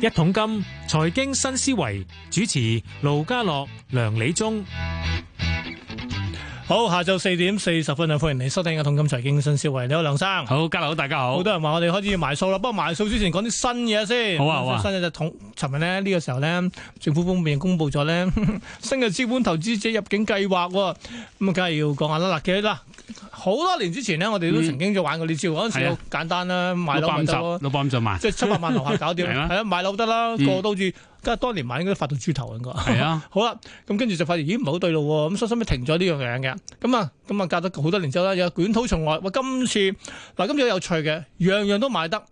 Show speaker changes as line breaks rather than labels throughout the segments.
一桶金財經新思維主持盧家樂、梁理中。
好，下晝四點四十分啊，歡迎你收聽《一桶金財經新思維》。你好，梁生。
好，家好，大家好。
好多人話我哋開始要埋數啦，不過埋數之前講啲新嘢先。
好啊好啊
新嘢就統，尋日咧呢個時候咧，政府方面公布咗咧新嘅資本投資者入境計劃喎，咁啊梗係要講下啦。嗱，其實嗱，好多年之前咧，我哋都曾經就玩過呢招，嗰陣時
係
好
啊
簡單啦，買
六
樓
百
咪
五
得咯
十，。六百五十萬。
即係七百萬樓下搞掂，
係
係
咩
啊，買樓得啦，
嗯
個個都好似，梗係當年買應該發到豬頭應該。
係啊，
好啦，咁跟住就發現，咦唔係好對路喎，咁所以收尾停咗呢樣嘢嘅，咁啊咁啊隔咗好多年之後啦，有捲土重來，哇今次嗱今次好有趣嘅，樣樣都買得，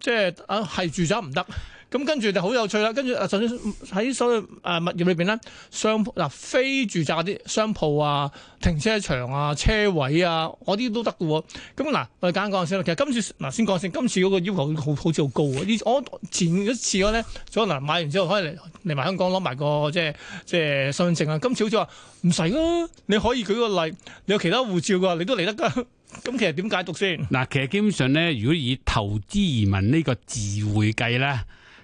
即係啊係住宅唔得，咁跟住就好有趣啦，跟住啊就算喺所有誒物業裏邊咧，商鋪嗱、非住宅嗰啲商鋪啊、停車場啊、車位啊嗰啲都得嘅喎，咁嗱我哋簡單講先啦，其實今次嗱先講先，今次嗰個要求好好似好高啊，呢我前一次我咧，咗嗱買完之後可以嚟嚟埋呃香港攞埋個即係。即係身份證啊。今次好似話唔使啦，你可以舉個例，你有其他護照噶，你都嚟得噶。 咁其實點解讀先？
嗱，其實基本上咧，如果以投資移民呢個字匯計咧，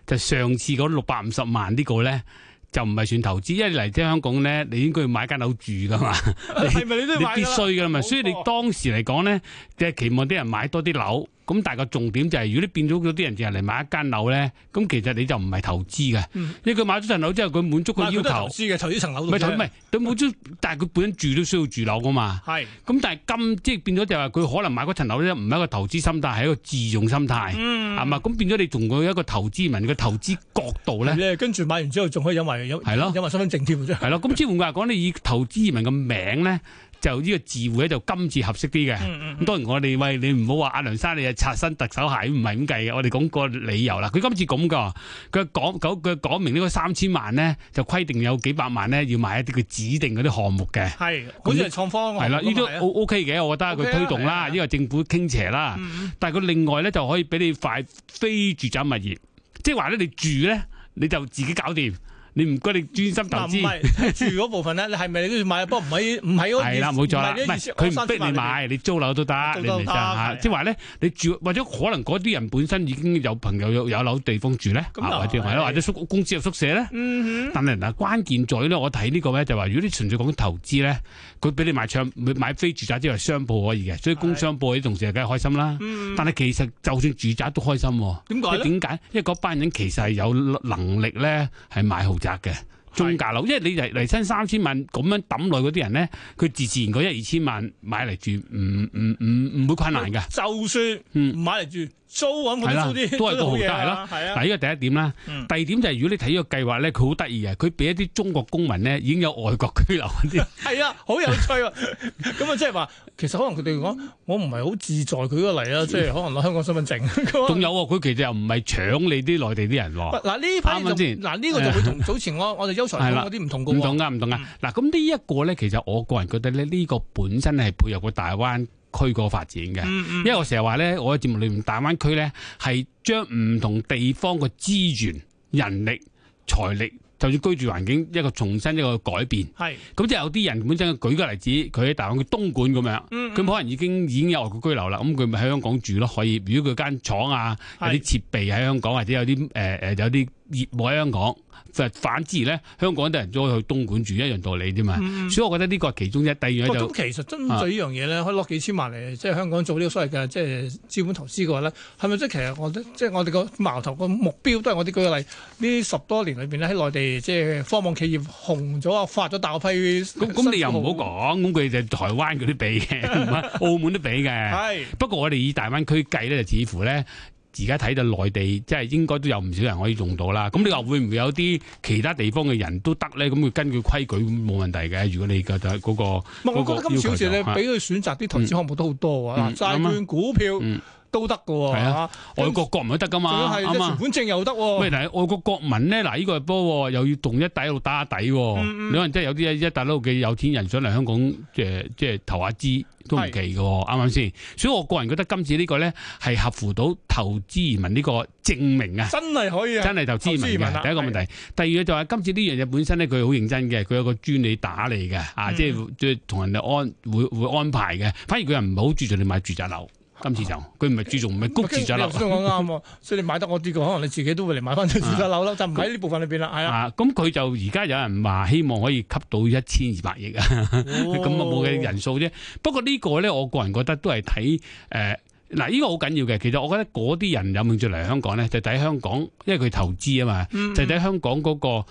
就上次嗰六百五十萬呢個咧，就唔係算投資，因為嚟即香港咧，你應該要買間樓住噶嘛，
係咪你都 要
你
買
必
㗎啦？
須噶嘛，
冇錯
所以你當時嚟講咧，就係期望啲人買多啲樓。咁但係個重點就係、如果你變咗嗰啲人淨係嚟買一間樓咧，咁其實你就唔係投資嘅，
嗯
因為佢買咗層樓之後，佢滿足個
買
要
佢都係投
求，
資嘅，投資層樓
唔
度
係投
啫
唔係，佢滿足，但係佢本身住都需要住樓噶嘛。
係
咁但係今即係變咗就係話佢可能買嗰層樓咧，唔係一個投資心態，係一個自用心態，係嘛、咁變咗你從佢一個投資民嘅投資角度咧，
咧，跟住買完之後仲可以有埋有
係咯
有埋身份證添啫。
係咯。咁即係換句話講，你以投資移民嘅名咧，就呢個字匯咧就今次合適啲嘅。咁、
嗯
當然我哋喂你唔好話阿梁生你係擦身特首鞋，唔係咁計嘅。我哋講個理由啦，佢今次咁噶，佢講佢佢講明呢個三千萬咧就規定有幾百萬咧要買一啲佢指定嗰啲項目嘅。
係，好似係創科
係啦，呢
哦都
啲 O O K 嘅，我覺得
OK 啊
佢推動
係啊嗯
啦，因為政府傾斜啦。但係佢另外咧就可以俾你快非住宅物業，即係話咧你住咧你就自己搞掂，你唔該你專心投
嗱，唔
資。
係喺 住嗰部分咧，你係咪你都要買？不過唔喺唔喺嗰 個
係啦，冇錯啦，
唔
唔
係呢
係
二
佢唔逼你，買，你租樓都得，
租
你
樓
明唔明
啊得係
啫？即係話咧，你住或者可能嗰啲人本身已經有朋友有有樓地方住咧，
咁
啊或者
又係
係啦或者宿公司有宿舍咧。
嗯
但係嗱，關鍵在於咧，我睇呢個咧就話，如果你純粹講投資咧，佢俾你買唱買非住宅之外，商鋪可以嘅，所以工商鋪啲同事梗係開心啦。
哼，
但係其實就算住宅都開心喎，
嗯點解
因為
咧？
點解？因為嗰班人其實係有能力咧係買豪宅嘅。中價樓，因為你嚟嚟親三千萬咁樣抌落嗰啲人咧，佢自自然嗰一二千萬買嚟住，唔唔唔唔會困難㗎。
就算
嗯
唔買嚟住，租咁我
係啦
都租啲
都係個
好嘢
豪宅係
啦，係啊，
嗱，呢個第一點啦。
嗯
第二點就係如果你睇呢個計劃咧，佢好得意嘅，佢俾一啲中國公民咧已經有外國居留嗰啲。
係啊，好有趣啊！ 咁啊，即係話，其實可能佢哋講，我唔係好自在。舉個例 啦，即係可能攞香港身份證。
仲有喎，佢其實又唔係搶你啲內地啲人喎。
嗱呢排就
啱啱啊先
嗱呢個就會同早前我我 哋優才講嗰啲唔同嗯嘅
唔
喎。
同噶，唔同噶。嗱，咁呢一個咧，其實我個人覺得咧，呢個本身係配合個大灣區個發展嘅，
嗯
因為我成日話咧，我嘅節目裏面大灣區咧係將唔同地方嘅資源、人力、財力，就算居住環境一個重新一個改變。
係
咁即係有啲人本身，舉個例子，佢喺大灣區東莞咁樣，
嗯
佢可能已經已經有外國居留啦，咁佢咪喺香港住咯，可以。如果佢間廠啊，有
係
啲設備喺香港，或者啊有啲誒誒有啲業務喺香港，反反之咧，香港啲人都去東莞住一樣道理啫嘛。
嗯
所以我覺得呢個係其中一，第二樣
喂
就
咁其實針對呢樣嘢咧，可以攞幾千萬嚟，即係香港做呢個所謂嘅即係資本投資嘅話咧，係咪即係其實我覺得即係我哋個矛頭個目標都係我哋舉個例，呢十多年裏邊咧喺內地即係科網企業紅咗啊，發咗大批
咁咁，你又唔好講，咁佢就台灣嗰啲俾 嘅，唔係澳門都俾嘅。
係
不過我哋以大灣區計咧，就似乎咧。而家睇到內地，即係應該都有唔少人可以用到啦。咁你話會唔會有啲其他地方嘅人都得咧？咁佢根據規矩冇問題嘅。如果你覺得嗰個
唔係，我
嗰個
覺得今次好似咧，
要求就
俾佢選擇啲投資項目都好多啊，嗱
嗯
債券、股票
嗯
都得嘅喎，
係啊
咁
外國國民都得噶
仲有
嘛，
係即
啱
係存
啊。
款證又得喎
喂，，但係外國國民咧，嗱呢個係波喎又要動一底喺度打一底喎。
嗯嗯
你可能真係有啲一帶一路嘅有錢人想嚟香港，即係即係投下資都唔奇嘅喎，啱唔啱先？所以我個人覺得今次呢個咧係合乎到投資移民呢個證明啊。
真係可以啊
真，係投資移
投資移
民
民啦
嘅第一個問題，第二個就係今次呢樣嘢本身咧，佢好認真嘅，佢有個專利打理嘅，啊，
嗯
即係即係同人哋安會會安排嘅，反而佢又唔係好注重你買住宅樓，今次就佢唔係注重唔係谷住宅
啊你
樓
頭。先講啱 喎，所以你買得我啲嘅，可能你自己都會嚟買翻啲住宅樓啦，就唔喺呢部分裏邊啦，係啊。
啊，咁佢就而家有人話希望可以吸到一千二百億啊，咁啊冇嘅
哦
人數啫。不過呢個咧，我個人覺得都係睇誒。呃嗱，呢個好緊要嘅。其實我覺得嗰啲人有興趣嚟香港咧，就睇香港，因為佢投資啊嘛，
嗯
就睇香港嗰個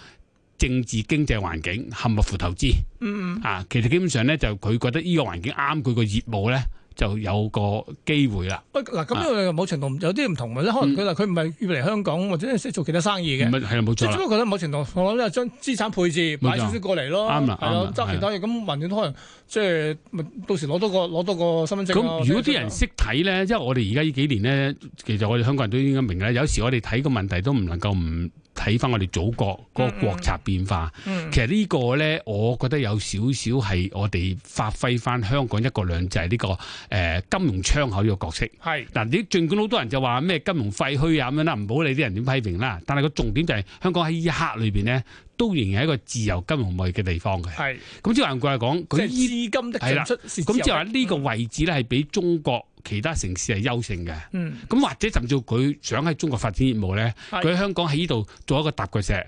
政治經濟環境合唔合乎投資。
嗯嗯
啊，其實基本上咧，就佢覺得呢個環境啱佢個業務咧，就有個機會啦。
喂，嗱
啊
咁樣有某程度唔有啲唔同嘅咧，可能佢嗱佢唔係要嚟香港或者係做其他生意
咁
嘅，
啊嗯係啦，冇
即
錯
係只
啦，
不過覺得某程度我諗咧將資產配置
冇錯
買少少過嚟咯，
啱啦
係
啱
咯
啦，
揸其他嘢咁還掂都可能即係咪到時攞多個攞多個身份證
咁
啊
如果啲人
或者
識睇咧，即係我哋而家呢幾年咧，其實我哋香港人都應該明啦。有時我哋睇個問題都唔能夠唔睇翻我哋祖國嗰個國策變化。
嗯
其實呢個咧，我覺得有少少係我哋發揮翻香港一國兩制呢、個誒、呃金融窗口呢個角色。
係
嗱，你儘管好多人就話咩金融廢墟啊咁樣啦，唔好理啲人點批評啦。但係個重點就係、香港喺呢一刻裏邊咧，都仍然係一個自由金融貿易嘅地方嘅。
係
咁即係換句話講，
即
佢
係
依
資金的
係啦
進出嗯是自
咁
由
即係話
嘅
呢個位置咧係比中國其他城市係優勝嘅。
嗯
咁或者甚至乎佢想喺中國發展業務咧，
係
佢喺香港喺呢度做一個踏腳石，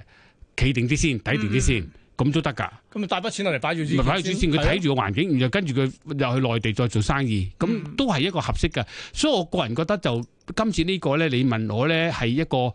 企定啲先，睇定啲
嗯
先。咁都得㗎，
咁啊帶筆錢落嚟擺住
咪
先，
擺住先，
啊
佢睇住個環境，然後跟住佢又去內地再做生意，咁
嗯
都係一個合適嘅。所以我個人覺得就今次呢個咧，你問我咧係一個誒、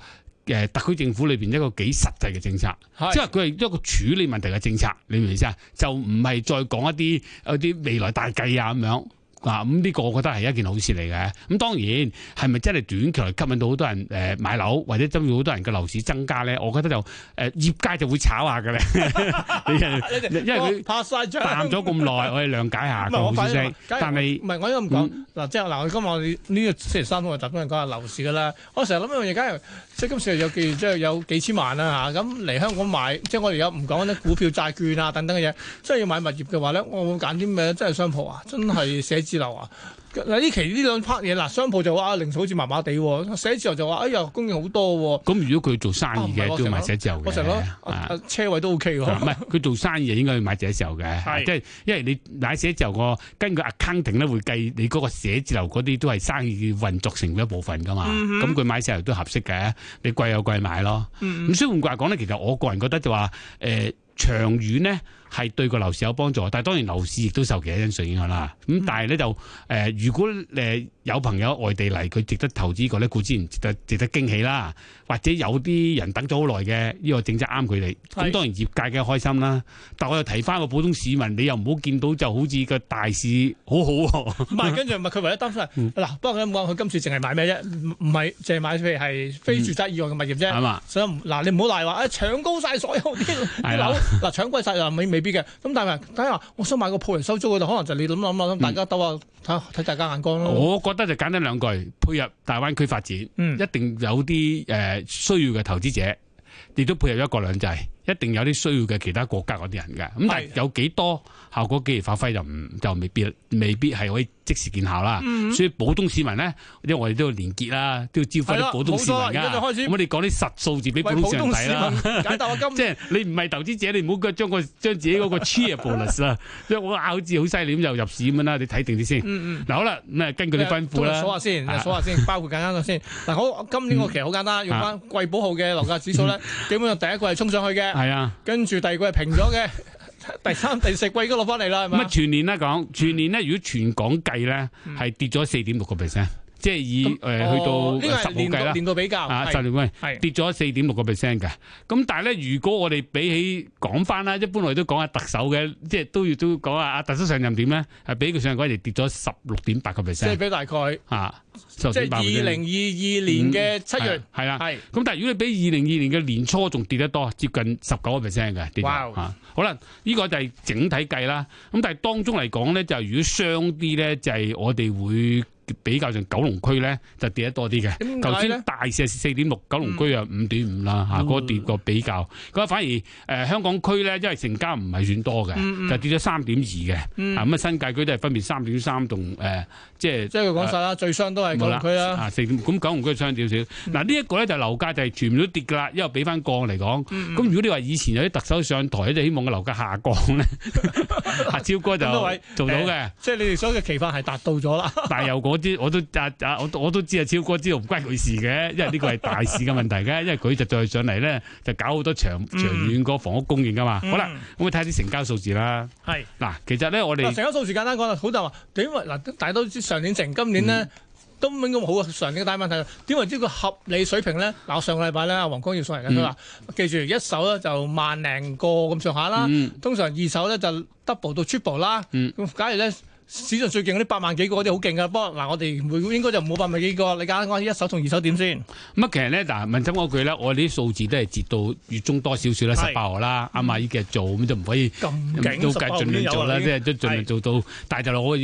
呃特區政府裏邊一個幾實際嘅政策。
係
即係佢係一個處理問題嘅政策，你明唔明意思啊？就唔係再講一啲有啲未來大計啊咁樣。啊，咁呢個我覺得係一件好事嚟嘅。咁當然係咪真係短期內吸引到好多人誒、呃、買樓，或者針對好多人嘅樓市增加咧？我覺得就誒、呃、業界就會炒下嘅咧。 你因為佢
哦拍晒張
淡咗咁耐，我哋諒解下
唔係我
佢好
反
消息
應，。
但係
唔
嗯
係我應該咁講嗱，即係嗱，我今日我哋呢個星期三我哋特登講下樓市噶啦。我成日諗一樣嘢，假如即係今次有幾即係有幾千萬啦嚇，咁嚟香港買，即係我哋而家唔講啲股票、債券啊等等嘅嘢，即係要買物業嘅話咧，我會揀啲咩？真係商鋪啊，真係寫字樓啊。嗱呢期呢兩 part 嘢，嗱商鋪就話啊零售好似麻麻地喎，寫字樓就話哎呀供應好多喎，
咁如果佢做生意
啊唔係
嘅
我
都要買
成
寫字樓
我成日
嘅
諗。
啊
啊車位都 OK
唔
喎。
係佢做生意應該要買寫字樓嘅，
係
即係因為你買寫字樓個根據 accounting 咧會計你嗰個寫字樓嗰啲都係生意運作成一部分噶嘛，
嗯
咁佢、買寫字樓都合適嘅，你貴有貴買咯。咁、
嗯
所以換句話講咧，其實我個人覺得就話誒、呃、長遠咧係對個樓市有幫助，但係當然樓市亦都受其他因素影響啦。咁但係咧就誒、呃如果誒有朋友外地嚟，佢值得投資呢個咧，固之然值得值得驚喜啦。或者有啲人等咗好耐嘅，呢、個政策啱佢哋，咁
係
當然業界嘅開心啦。但我又提翻個普通市民，你又唔好見到就好似個大市好好、喎。
唔係，跟住唔係佢唯一擔心
嗯
係嗱，不過咁講，佢今次淨係買咩啫？唔唔係淨係買譬如係非住宅以外嘅物業啫。
係嘛？
所以唔嗱，你唔好賴話啊，搶高晒所有啲啲
係
樓
啦，
嗱搶貴晒又未未必嘅。咁但係睇下，我想買個鋪嚟收租嗰度，可能就你諗諗
嗯
諗，大家鬥下睇睇大家眼光咯。
我覺得就簡單兩句，配合大灣區發展。
嗯
一定有啲誒、呃需要嘅投資者，亦都配合一國兩制，一定有啲需要嘅其他國家嗰啲人嘅。咁但係
係
有幾多效果幾時發揮就唔就未必未必係可以即時見效啦。
嗯
所以普通市民咧，因為我哋都要連結啦，都要招呼
係啦
啲普通市民
冇錯而
㗎。
家就開始
咁我哋講啲實數字俾普
為
通
普
市民
通
睇
市
啦。
民解答我今
即係你唔係投資者，你唔好將個將自己嗰個 cheerfulness 啊，即係我咬字好犀利咁就入市咁樣啦。你睇定啲先。
嗯嗯。
嗱好啦，咁啊根據你吩咐啦
數。下先，
啊嗯
數下 先，包括簡單咗先。嗱，好，今年我其實好簡單，用
啊
翻貴寶號嘅樓價指數咧，基本上第一季係衝上去嘅，
係啊。
跟住第二季係平咗 嘅，第三、第四季都落翻嚟啦，係咪
咁啊，
啊？
全年咧講，全年咧如果全港計咧係跌咗四點六個 percent，即係以誒、呃去
嗯哦呢個
到
係
十號
年
計
度
啦，
年度比較
啊
係
十年喂
係
跌咗四點六個 percent 嘅。咁但係咧，如果我哋比起講翻啦，一般我哋都講下特首嘅，即係都要都講下啊特首上任點咧，係比佢上任嗰陣時跌咗十六點八個
即係
percent
比大概
啊，即
即係二零二二年嘅七月，
嗯係啊啦。
係
咁但係如果你比二零二年嘅年初仲跌得多，接近十九個 percent 嘅跌幅
哇哦
啊好啦，呢、個就係整體計啦。咁但係當中嚟講咧，就如果傷啲咧，就係、我哋會比較上九龍區咧就跌得多啲嘅。
點
頭
解
先
咧？
大市係四點六，九龍區啊五點五啦嚇，
嗯
嗰個跌個比較。咁啊反而誒、呃香港區咧，因為成交唔係算多嘅，
嗯嗯
就跌咗三點二嘅。啊
嗯
咁啊新界區都係分別三點三同誒即係。
即係佢講晒啦，最傷都係九龍區啦。
啊啊，四點咁九龍區相對少
嗯
少。嗱呢一個咧就樓價就係全面都跌㗎啦，因為俾翻降嚟講。
嗯
咁如果你話以前有啲特首上台就希望個樓價下降 咧，阿超哥
咁多位
就做到嘅，
即係你哋所有嘅期盼係達到咗啦。
但係有嗰我知我都啊啊我我都知啊，超哥知道唔關佢事嘅，因為呢個係大市嘅問題嘅，因為佢就再上嚟咧就搞好多長
嗯
長遠個房屋供應噶嘛。好啦，咁我睇下啲成交數字啦。
係。
嗱，其實咧我
嗱，
哋
成個數字簡單講啦，好就話點為嗱，大家都知上年成，今年
嗯
咧。都應該冇好啊！上年嘅大問題，點為之個合理水平咧？嗱，我上個禮拜咧，阿黃光耀上嚟
嗯
嘅，佢話、記住一手咧就萬零個咁上下啦，
嗯
通常二手咧就 double 到 triple 啦。咁、
嗯
假如咧史上最勁嗰啲八萬幾個嗰啲好勁噶，不過嗱，我哋每應該就冇八萬幾個。你揀講一手同二手點先？
咁啊，其實咧嗱，問心嗰句咧，我哋啲數字都係截到月中多少少啦，
係
十八號啦，啱啊，依幾日做咁就唔可以。
咁勁，
都
嗯十
繼
八號
盡
都有啊
量做啦，
已經
即係都盡量做到。但係就我要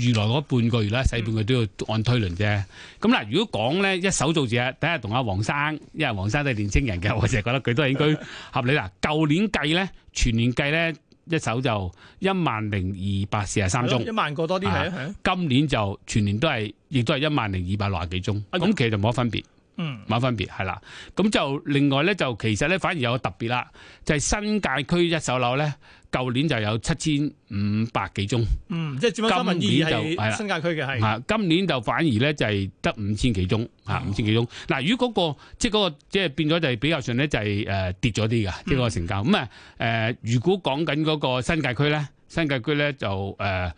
預來嗰半個月啦，細半個月都要按推論啫。咁嗱，如果講咧一手做字啊，睇下同阿黃生，因為黃生都係年青人嘅，我 就覺得佢都係應該合理啦。舊年計咧，全年計咧一手就一萬零二百四十三宗
一，萬個多啲係啊
啊
係啊，
今年就全年都係亦都係一萬零二百六十幾宗，
哎呀
咁其實就冇乜分別。
嗯。
冇分別係啦。咁就另外咧，就其實咧反而有個特別啦，就係、新界區一手樓咧，舊年就有七千五百幾宗，
嗯，即係佔咗三分之
今
二
年就係
係
啦
新界區嘅係。
啊，今年就反而咧就係得五千幾宗，
哦
嚇五千幾宗。嗱，如果嗰、個即係嗰個即係變咗就係比較上咧就係、誒、跌咗啲
嗯
嘅，即係嗰個成交。咁啊誒，如果講緊嗰個新界區咧，新界區咧就誒。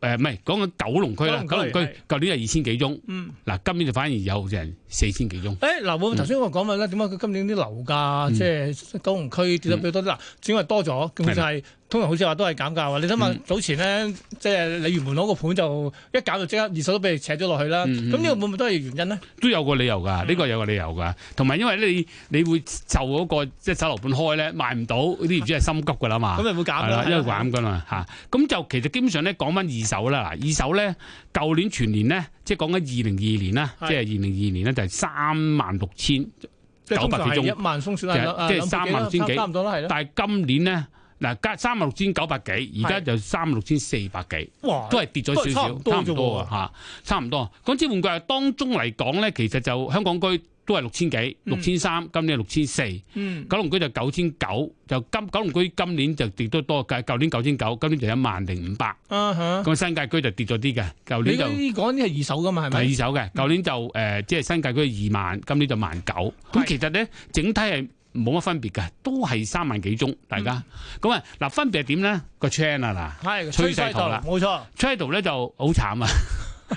誒唔係講緊九龍區啦，
九
九
龍區
龍區舊年係二千幾宗，
嗯。
嗱今年就反而有成四千幾宗。
誒嗱，我頭先我講話咧，點解佢今年啲樓價
嗯
即係九龍區跌得比較多啲？嗱，只因為多咗，咁就係通常好似話都係減價喎。你諗下
嗯
早前咧，即係鯉魚門攞個盤就一減就即刻二手都俾你扯咗落去啦。
嗯嗯
咁呢個會唔會都係原因咧？
都有個理由
嗯
㗎，呢個有個理由㗎，同埋因為咧你你會就嗰個即係手樓盤開咧賣唔到，啲業主係心急㗎啦嘛
咁，咪會減
係
啦啊
啦，，因為減㗎嘛嚇，咁就其實基本上咧講翻二手啦，嗱二手咧舊年全年咧即係講緊二零二二年啦，
係
即係二零二二年咧就係三萬六千，
即係通常
900幾
係
宗
一萬鬆少
即係
啦，
即係三萬千幾
差唔多啦，係啦。
但係今年咧嗱加三萬六千九百幾，而家
係
就三萬六千四百幾。
哇！
都係跌咗
啊都係
少
差
少
唔，多
差
啫喎
唔多啊嚇，差唔多。講之換句話，當中嚟講咧，其實就香港居都係六千幾、
嗯
六千三，今年六千四。九
嗯，
龍居就九千九，就今九龍居今年就跌都多嘅，舊年九千九，今年就一萬零五百。
啊嚇，
咁新界區就跌咗啲嘅，舊
你嗰
年就。
啲講啲係二手噶嘛，係
第二
咪？嗯
手嘅，舊年就誒、呃即係新界區二萬，今年就萬九。
係
咁其實咧，整體係冇乜分別嘅，都係三萬幾宗，大家。
嗯
咁啊、嗱分別係點咧？個 chain 啊嗱。
係
趨勢圖啦
冇錯。
Trader 咧就好 慘啊！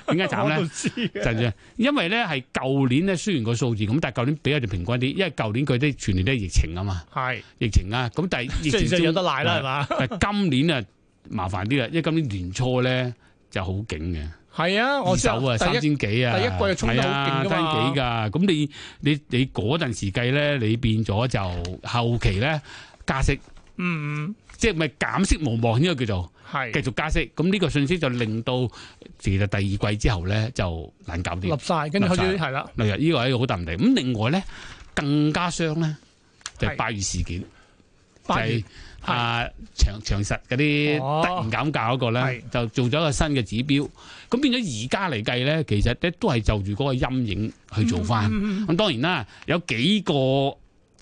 點解慘
我都
咧？
知
就
嘅。
係因為咧係舊年咧，雖然個數字咁，但係舊年比較就平均啲，因為舊年佢啲全年都係疫情啊嘛，
係，
疫情啊，咁但係
即
疫
係
情
即係
中
有得賴啦，係嘛？
但係今年啊麻煩啲啦，因為今年年初咧就好勁嘅，
係啊，我
二
知啊
手啊
第一
三千幾啊，
第一季就衝得好勁㗎嘛
係啊三千幾㗎，咁你你你嗰陣時計咧，你變咗就後期咧加息，
嗯，嗯
即係咪減息無望呢個叫做？
係
繼續加息，咁呢個信息就令到其實第二季之後咧就難搞啲
立。晒，跟住開始
立
係啦。
例如呢個係一個好大問題。咁另外咧更加傷咧就
係
係八月事件，就
八月
係啊長長實嗰啲
哦
突然減價嗰個咧
係，
就做咗一個新嘅指標。咁變咗而家嚟計咧，其實咧都係就住嗰個陰影去做翻。
嗯
咁、當然啦，有幾個。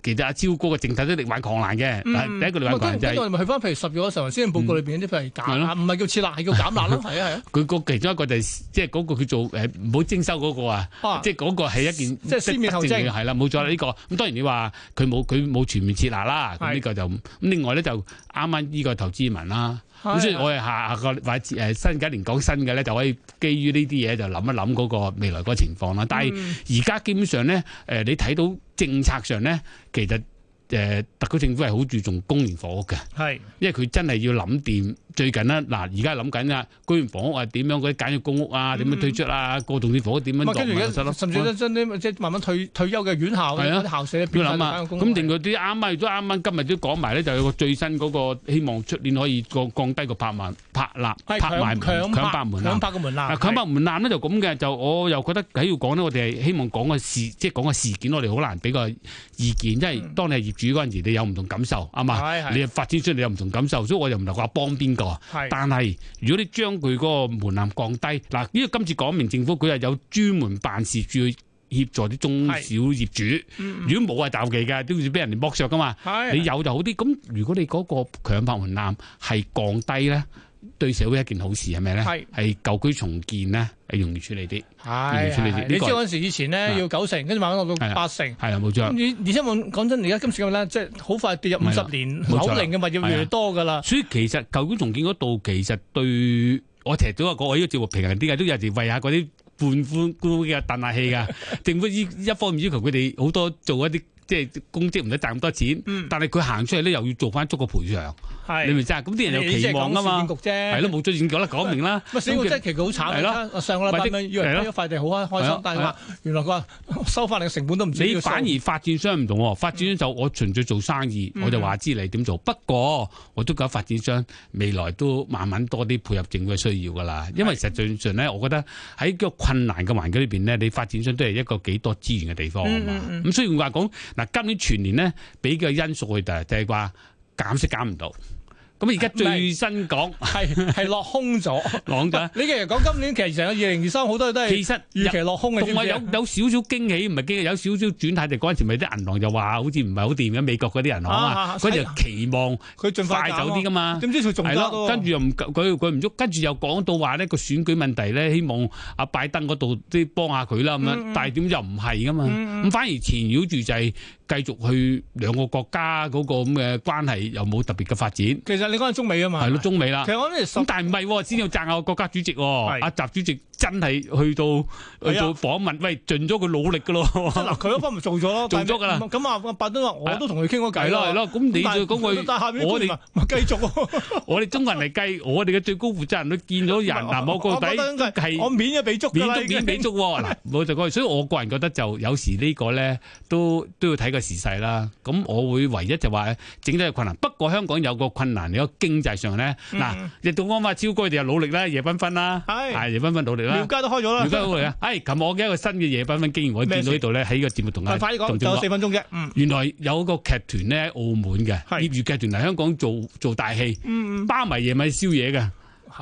其實阿超哥嘅政體都力挽狂瀾嘅，但係第一個力挽
咁啊
狂
跟跟
瀾就
住
係
我哋咪去翻，譬如十月嗰時候，先報告裏邊啲譬如減
係
辣，唔係叫撤辣，係叫減辣咯，係啊係啊
佢個其中一個就係即係嗰個叫做誒唔好徵收嗰個啊，
啊，
即係嗰個係一件
即係先免後徵
正嘅係啦，冇錯啦呢個。咁當然你話佢冇佢冇全面撤辣
係
啦，咁呢個就咁。另外咧就啱啱呢個投資移民啦。
係
咁所以
係
我哋下下個禮拜誒新嘅一年講新嘅咧，就可以基於呢啲嘢就諗一諗嗰個未來嗰個情況啦。但
嗯
係而家基本上咧，誒、你睇到政策上咧，其實誒、特區政府係好注重公營房屋嘅。
係
因為佢真係要諗掂最近啦，嗱而家諗緊啦，居然房屋啊點樣嗰啲簡約公屋啊點樣推出啊，過渡性房屋點樣
咁
落
啊，嗯跟住
實
而家
咯
甚至咧將啲即係慢慢退退休嘅院校
係啊
啲校舍變
要諗啊，咁另外啲啱啱亦都啱啱今日都講埋咧，就有個最新嗰個希望出年可以降降低個拍賣拍立拍賣
強強
門強拍門
強
檻。
拍嘅門
啊！
檻，
強拍門檻咧就咁嘅，就我又覺得喺要講咧，我哋係希望講個事，即係講個事件，我哋好難俾個意見，因為
嗯
當你係業主嗰陣時，你有唔同感受，啱嘛？
係係
你係發展商，你有唔同感受，所以我又唔能夠話幫邊個。
係
但係如果你將佢嗰個門檻降低，嗱，呢個今次講明政府佢係有專門辦事處去協助啲中小業主。
嗯
如果冇係鬥技㗎，都要俾人哋剝削㗎嘛。
係
你有就好啲。咁如果你嗰個強拍門檻係降低咧，對社會一件好事係咩咧？
係
係舊居重建咧，係容易處理啲。
係
處理呢
係你
個
知嗰陣時以前咧
係
要九成，跟住慢慢落
係
到
啊
八成。
係啦，冇錯。
咁而而且我講真，而家今時咁咧，即係好快跌入五
係
十
啦
年
冇
樓
錯啦
齡嘅物業越嚟越多㗎啦。
所以其實舊居重建嗰度其實對我成日都話過，我呢個節目平衡啲嘅，都有時為下嗰啲半官官嘅燉下氣㗎。政府依一方面要求佢哋好多做一啲即係公職唔使賺咁多錢，
嗯，
但係佢行出嚟咧又要做翻足個賠償，
係。
啊你明唔明啫？咁啲人有
你即係
期望㗎嘛
講，市建 局
係咯，
啫。
冇咗現講啦，講 明啦。
咪市建局真係其實好慘
係咯
啊！上個禮拜
或
咁
者
樣以為
係
呢
咯
一塊地好開開心
係啊，
但係話原來佢話收翻嚟嘅成本都唔止呢
你
個數。
反而發展商唔同喎，發展商就我純粹做生意，
嗯
我就話知你點做。不過我都覺得發展商未來都慢慢多啲配合政府嘅需要㗎啦。因為實際上咧，我覺得喺個困難嘅環境裏邊咧，你發展商都係一個幾多資源嘅地方啊嘛。咁、
嗯嗯
雖然話講嗱，今年全年咧俾嘅因素佢 就係就係話減息減唔到。咁而家最新講
係係落空咗。
講緊，
你其實講今年其實成個二零二三好多嘢都係
其實
預期落空嘅，知
同
唔
埋
知
有
啊？
有少少驚喜，唔係驚喜，有少少轉態。就嗰陣時咪啲銀行就話好似唔係好掂嘅，美國嗰啲銀行
啊
啊
啊，
嗰陣時期望
佢盡
快
快啊
走啲噶
嘛。
嘛。
點知佢仲
啊係
加
咯，
多
跟住又唔佢佢唔喐，跟住又講到話呢個選舉問題咧，希望阿拜登嗰度即係幫下佢啦咁樣，
嗯嗯
但係點又唔係噶嘛，
嗯
咁反而纏繞住就係繼續去兩個國家嗰個咁嘅關係又冇特別嘅發展，
其實你講緊中美啊嘛，
係咯中美啦
其。實我諗
咁
十
但係唔係喎，先要讚下國家主席喎，阿習主席真係去到去
係啊啊
到訪問，喂，盡咗佢努力噶咯。
嗱，佢嗰方面做咗咯，
做咗㗎啦
但係咁啊，阿拜登話我都同佢傾過偈
係咯
啦，
係咯，咁你
但係
就講句，
但係下邊
我
我
哋
哋咪繼續喎。
我哋中國人嚟計，我哋嘅最高負責人都見咗人，啊
唔係
嗱某個
我
底
覺得應該
都係
我面都俾足㗎
免
啦
都
已經
免俾足喎。嗱，我就講，所以我個人覺得就有時呢個咧都都要睇個時勢啦。咁我會唯一就話整體嘅困難，不過香港有個困難，你個經濟上咧，嗱
嗯，
日到安法超高，佢哋又努力啦，夜繽紛啦，
係
係夜繽紛努力
廖
啦。
家都開咗
廖
啦，
家好 嚟啊！哎，琴日我嘅一個新嘅夜繽紛經驗，我
咩
見
事
到呢度咧喺個節目同
但係快啲講，
同
仲
政
有
府
四分鐘啫。嗯
原來有個劇團咧，澳門嘅業
係
餘劇團嚟香港做做大戲，
嗯嗯，
包埋夜晚宵夜嘅，
嚇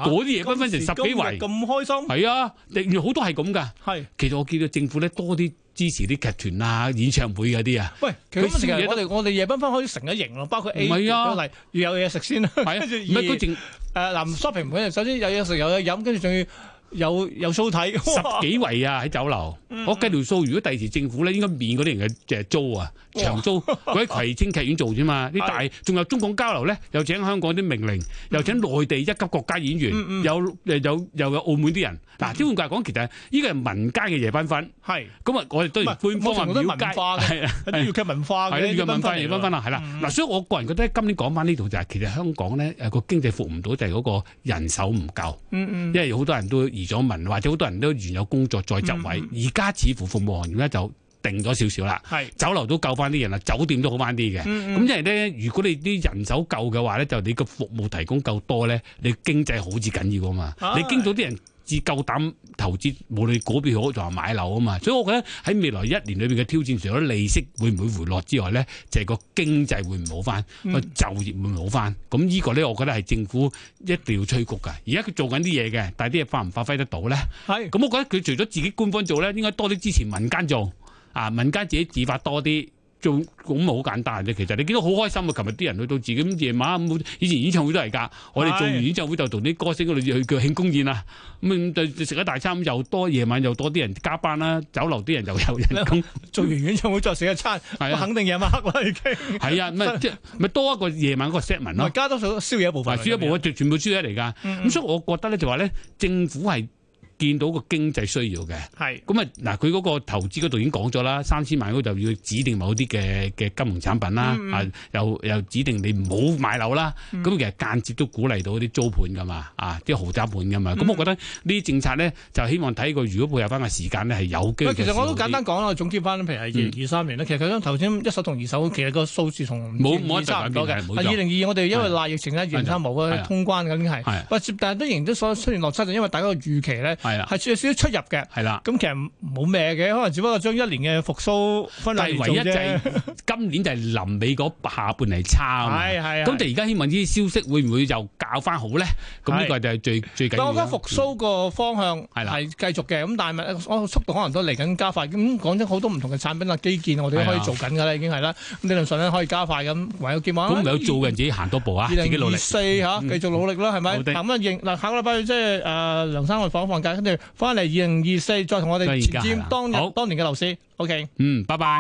嗰啲夜繽紛成十幾
今時今日
圍，
咁開心，
係啊，原來好多係咁噶。
係
其實我見到政府咧多啲支持啲劇團啊、演唱會嗰啲啊，
喂，其實
佢
咁
宵夜
啊我哋我哋夜繽紛可以成一型咯，包括 A
唔係啊
舉例要有嘢食先啦，
係啊，
跟住
唔係佢淨
二誒嗱 shopping 唔緊要首先有嘢食有嘢飲，跟住仲要有有 show 睇，哇嗯
十幾圍啊喺酒樓。我計條數，如果第時政府咧應該免嗰啲人嘅誒租啊、
哇
長租，佢喺葵青劇院做 啫嘛。啲
係
大仲有中港交流咧，又請香港啲名伶，又請內地一級國家演員
嗯，嗯
有誒有又有澳門啲人。嗱，即係換句話講，其實呢個係民間嘅夜繽紛。
係
咁啊，我哋當然
唔係
官方話
某程度都
廟街
係文化嘅
係啊，
有啲粵劇文化
係啦，
嘅
要啊問翻
夜
夜
繽紛
繽
嚟
紛
㗎
啦，係啦。
嗯
嗱，所以我個人覺得今年講翻呢度就係其實香港咧誒個經濟服唔到，就係嗰個人手唔夠，
嗯嗯
因。為好多人都移咗民，或者好多人都原有工作再就位。而家似乎服務行業咧就定咗少少啦，
係
酒樓都夠翻啲人啦，酒店都好翻啲嘅。咁因為咧，如果你啲人手夠嘅話咧，就你個服務提供夠多咧，你經濟好至緊要啊嘛。
啊
你經到啲人至夠膽投資，無論股票好仲係買樓啊嘛。所以我覺得喺未來一年裏邊嘅挑戰，除咗利息會唔會回落之外咧，就係、個經濟會唔好翻，個就業會唔好翻。咁呢個咧，我覺得係政府一定要催谷㗎。而家佢做緊啲嘢嘅，但係啲嘢發唔發揮得到咧？
係
咁我覺得佢除咗自己官方做咧，應該多啲支持民間做啊，民間自己自發多啲。做咁咪好簡單啫，其實你見到好開心啊！琴日啲人去到自己咁夜晚咁，以前演唱會都係㗎。我哋做完演唱會就同啲歌星嗰度去叫慶功宴啊，咁就食一大餐，咁又多夜晚又多啲人加班啦，酒樓啲人又有人 工，
做完演唱會再食一餐，
係啊
肯定夜晚黑啦已經。
係啊啊，咪即係咪多一個夜晚嗰個 set 文
唔係
咯，
加多數宵夜部分
嗱，
嚟㗎。
輸一部全部輸一嚟㗎。
嗯，
咁所以我覺得咧就話咧，政府係見到個經濟需要嘅。
係
咁啊，嗱，佢嗰個投資嗰度已經講咗啦，三千萬嗰度就要指定某啲嘅嘅金融產品啦，
嗯嗯
啊，又又指定你唔好買樓啦，
嗯
咁、其實間接都鼓勵到啲租盤噶嘛，啊，啲豪宅盤噶嘛，咁、
嗯
我覺得呢啲政策咧，就希望睇佢如果配合翻個時間咧，係有機會
喂，其實我都簡單
單
講啦，總結翻，譬如係
嗯
二零二三年咧，其實佢頭先一手同二手，其實個數字同
冇冇
二
得
三唔
改變
多嘅。啊
係冇錯
二零二我哋因為賴疫情咧，二零三冇
係
啊
啊
通關嘅已經係
係啊。
喂，但係都仍然都所出現落差，就因為大家個預期咧，
係係啦
係有少少出入嘅。
係啦。
咁其實冇咩嘅，可能只不過將一年嘅復甦分
但
兩
係
年做
唯一就
啫。
係今年就係臨尾嗰下半嚟差啊嘛。
係係啊
咁就而家希望呢啲消息會唔會又教翻好咧？咁呢個就係最最緊
但
要
我覺
啦。
得復甦個方向
係啦
係繼續嘅，咁但係我速度可能都嚟緊加快。咁講真，好多唔同嘅產品啦、基建，我哋都可以
係啊
做緊㗎啦，已經係啦。咁理論上咧可以加快咁，唯有見望。
咁唔係有做嘅人自己行多步啊，
二
自己
零
努
二
力。
四嚇，繼續努力啦，係咪？
好的
嗱咁啊，應嗱下個禮拜即係誒梁生去放一放假，跟住翻嚟二零二四再同我哋
當然
前
梗係啦
瞻當
好
日當年嘅樓市。OK。
嗯，拜拜。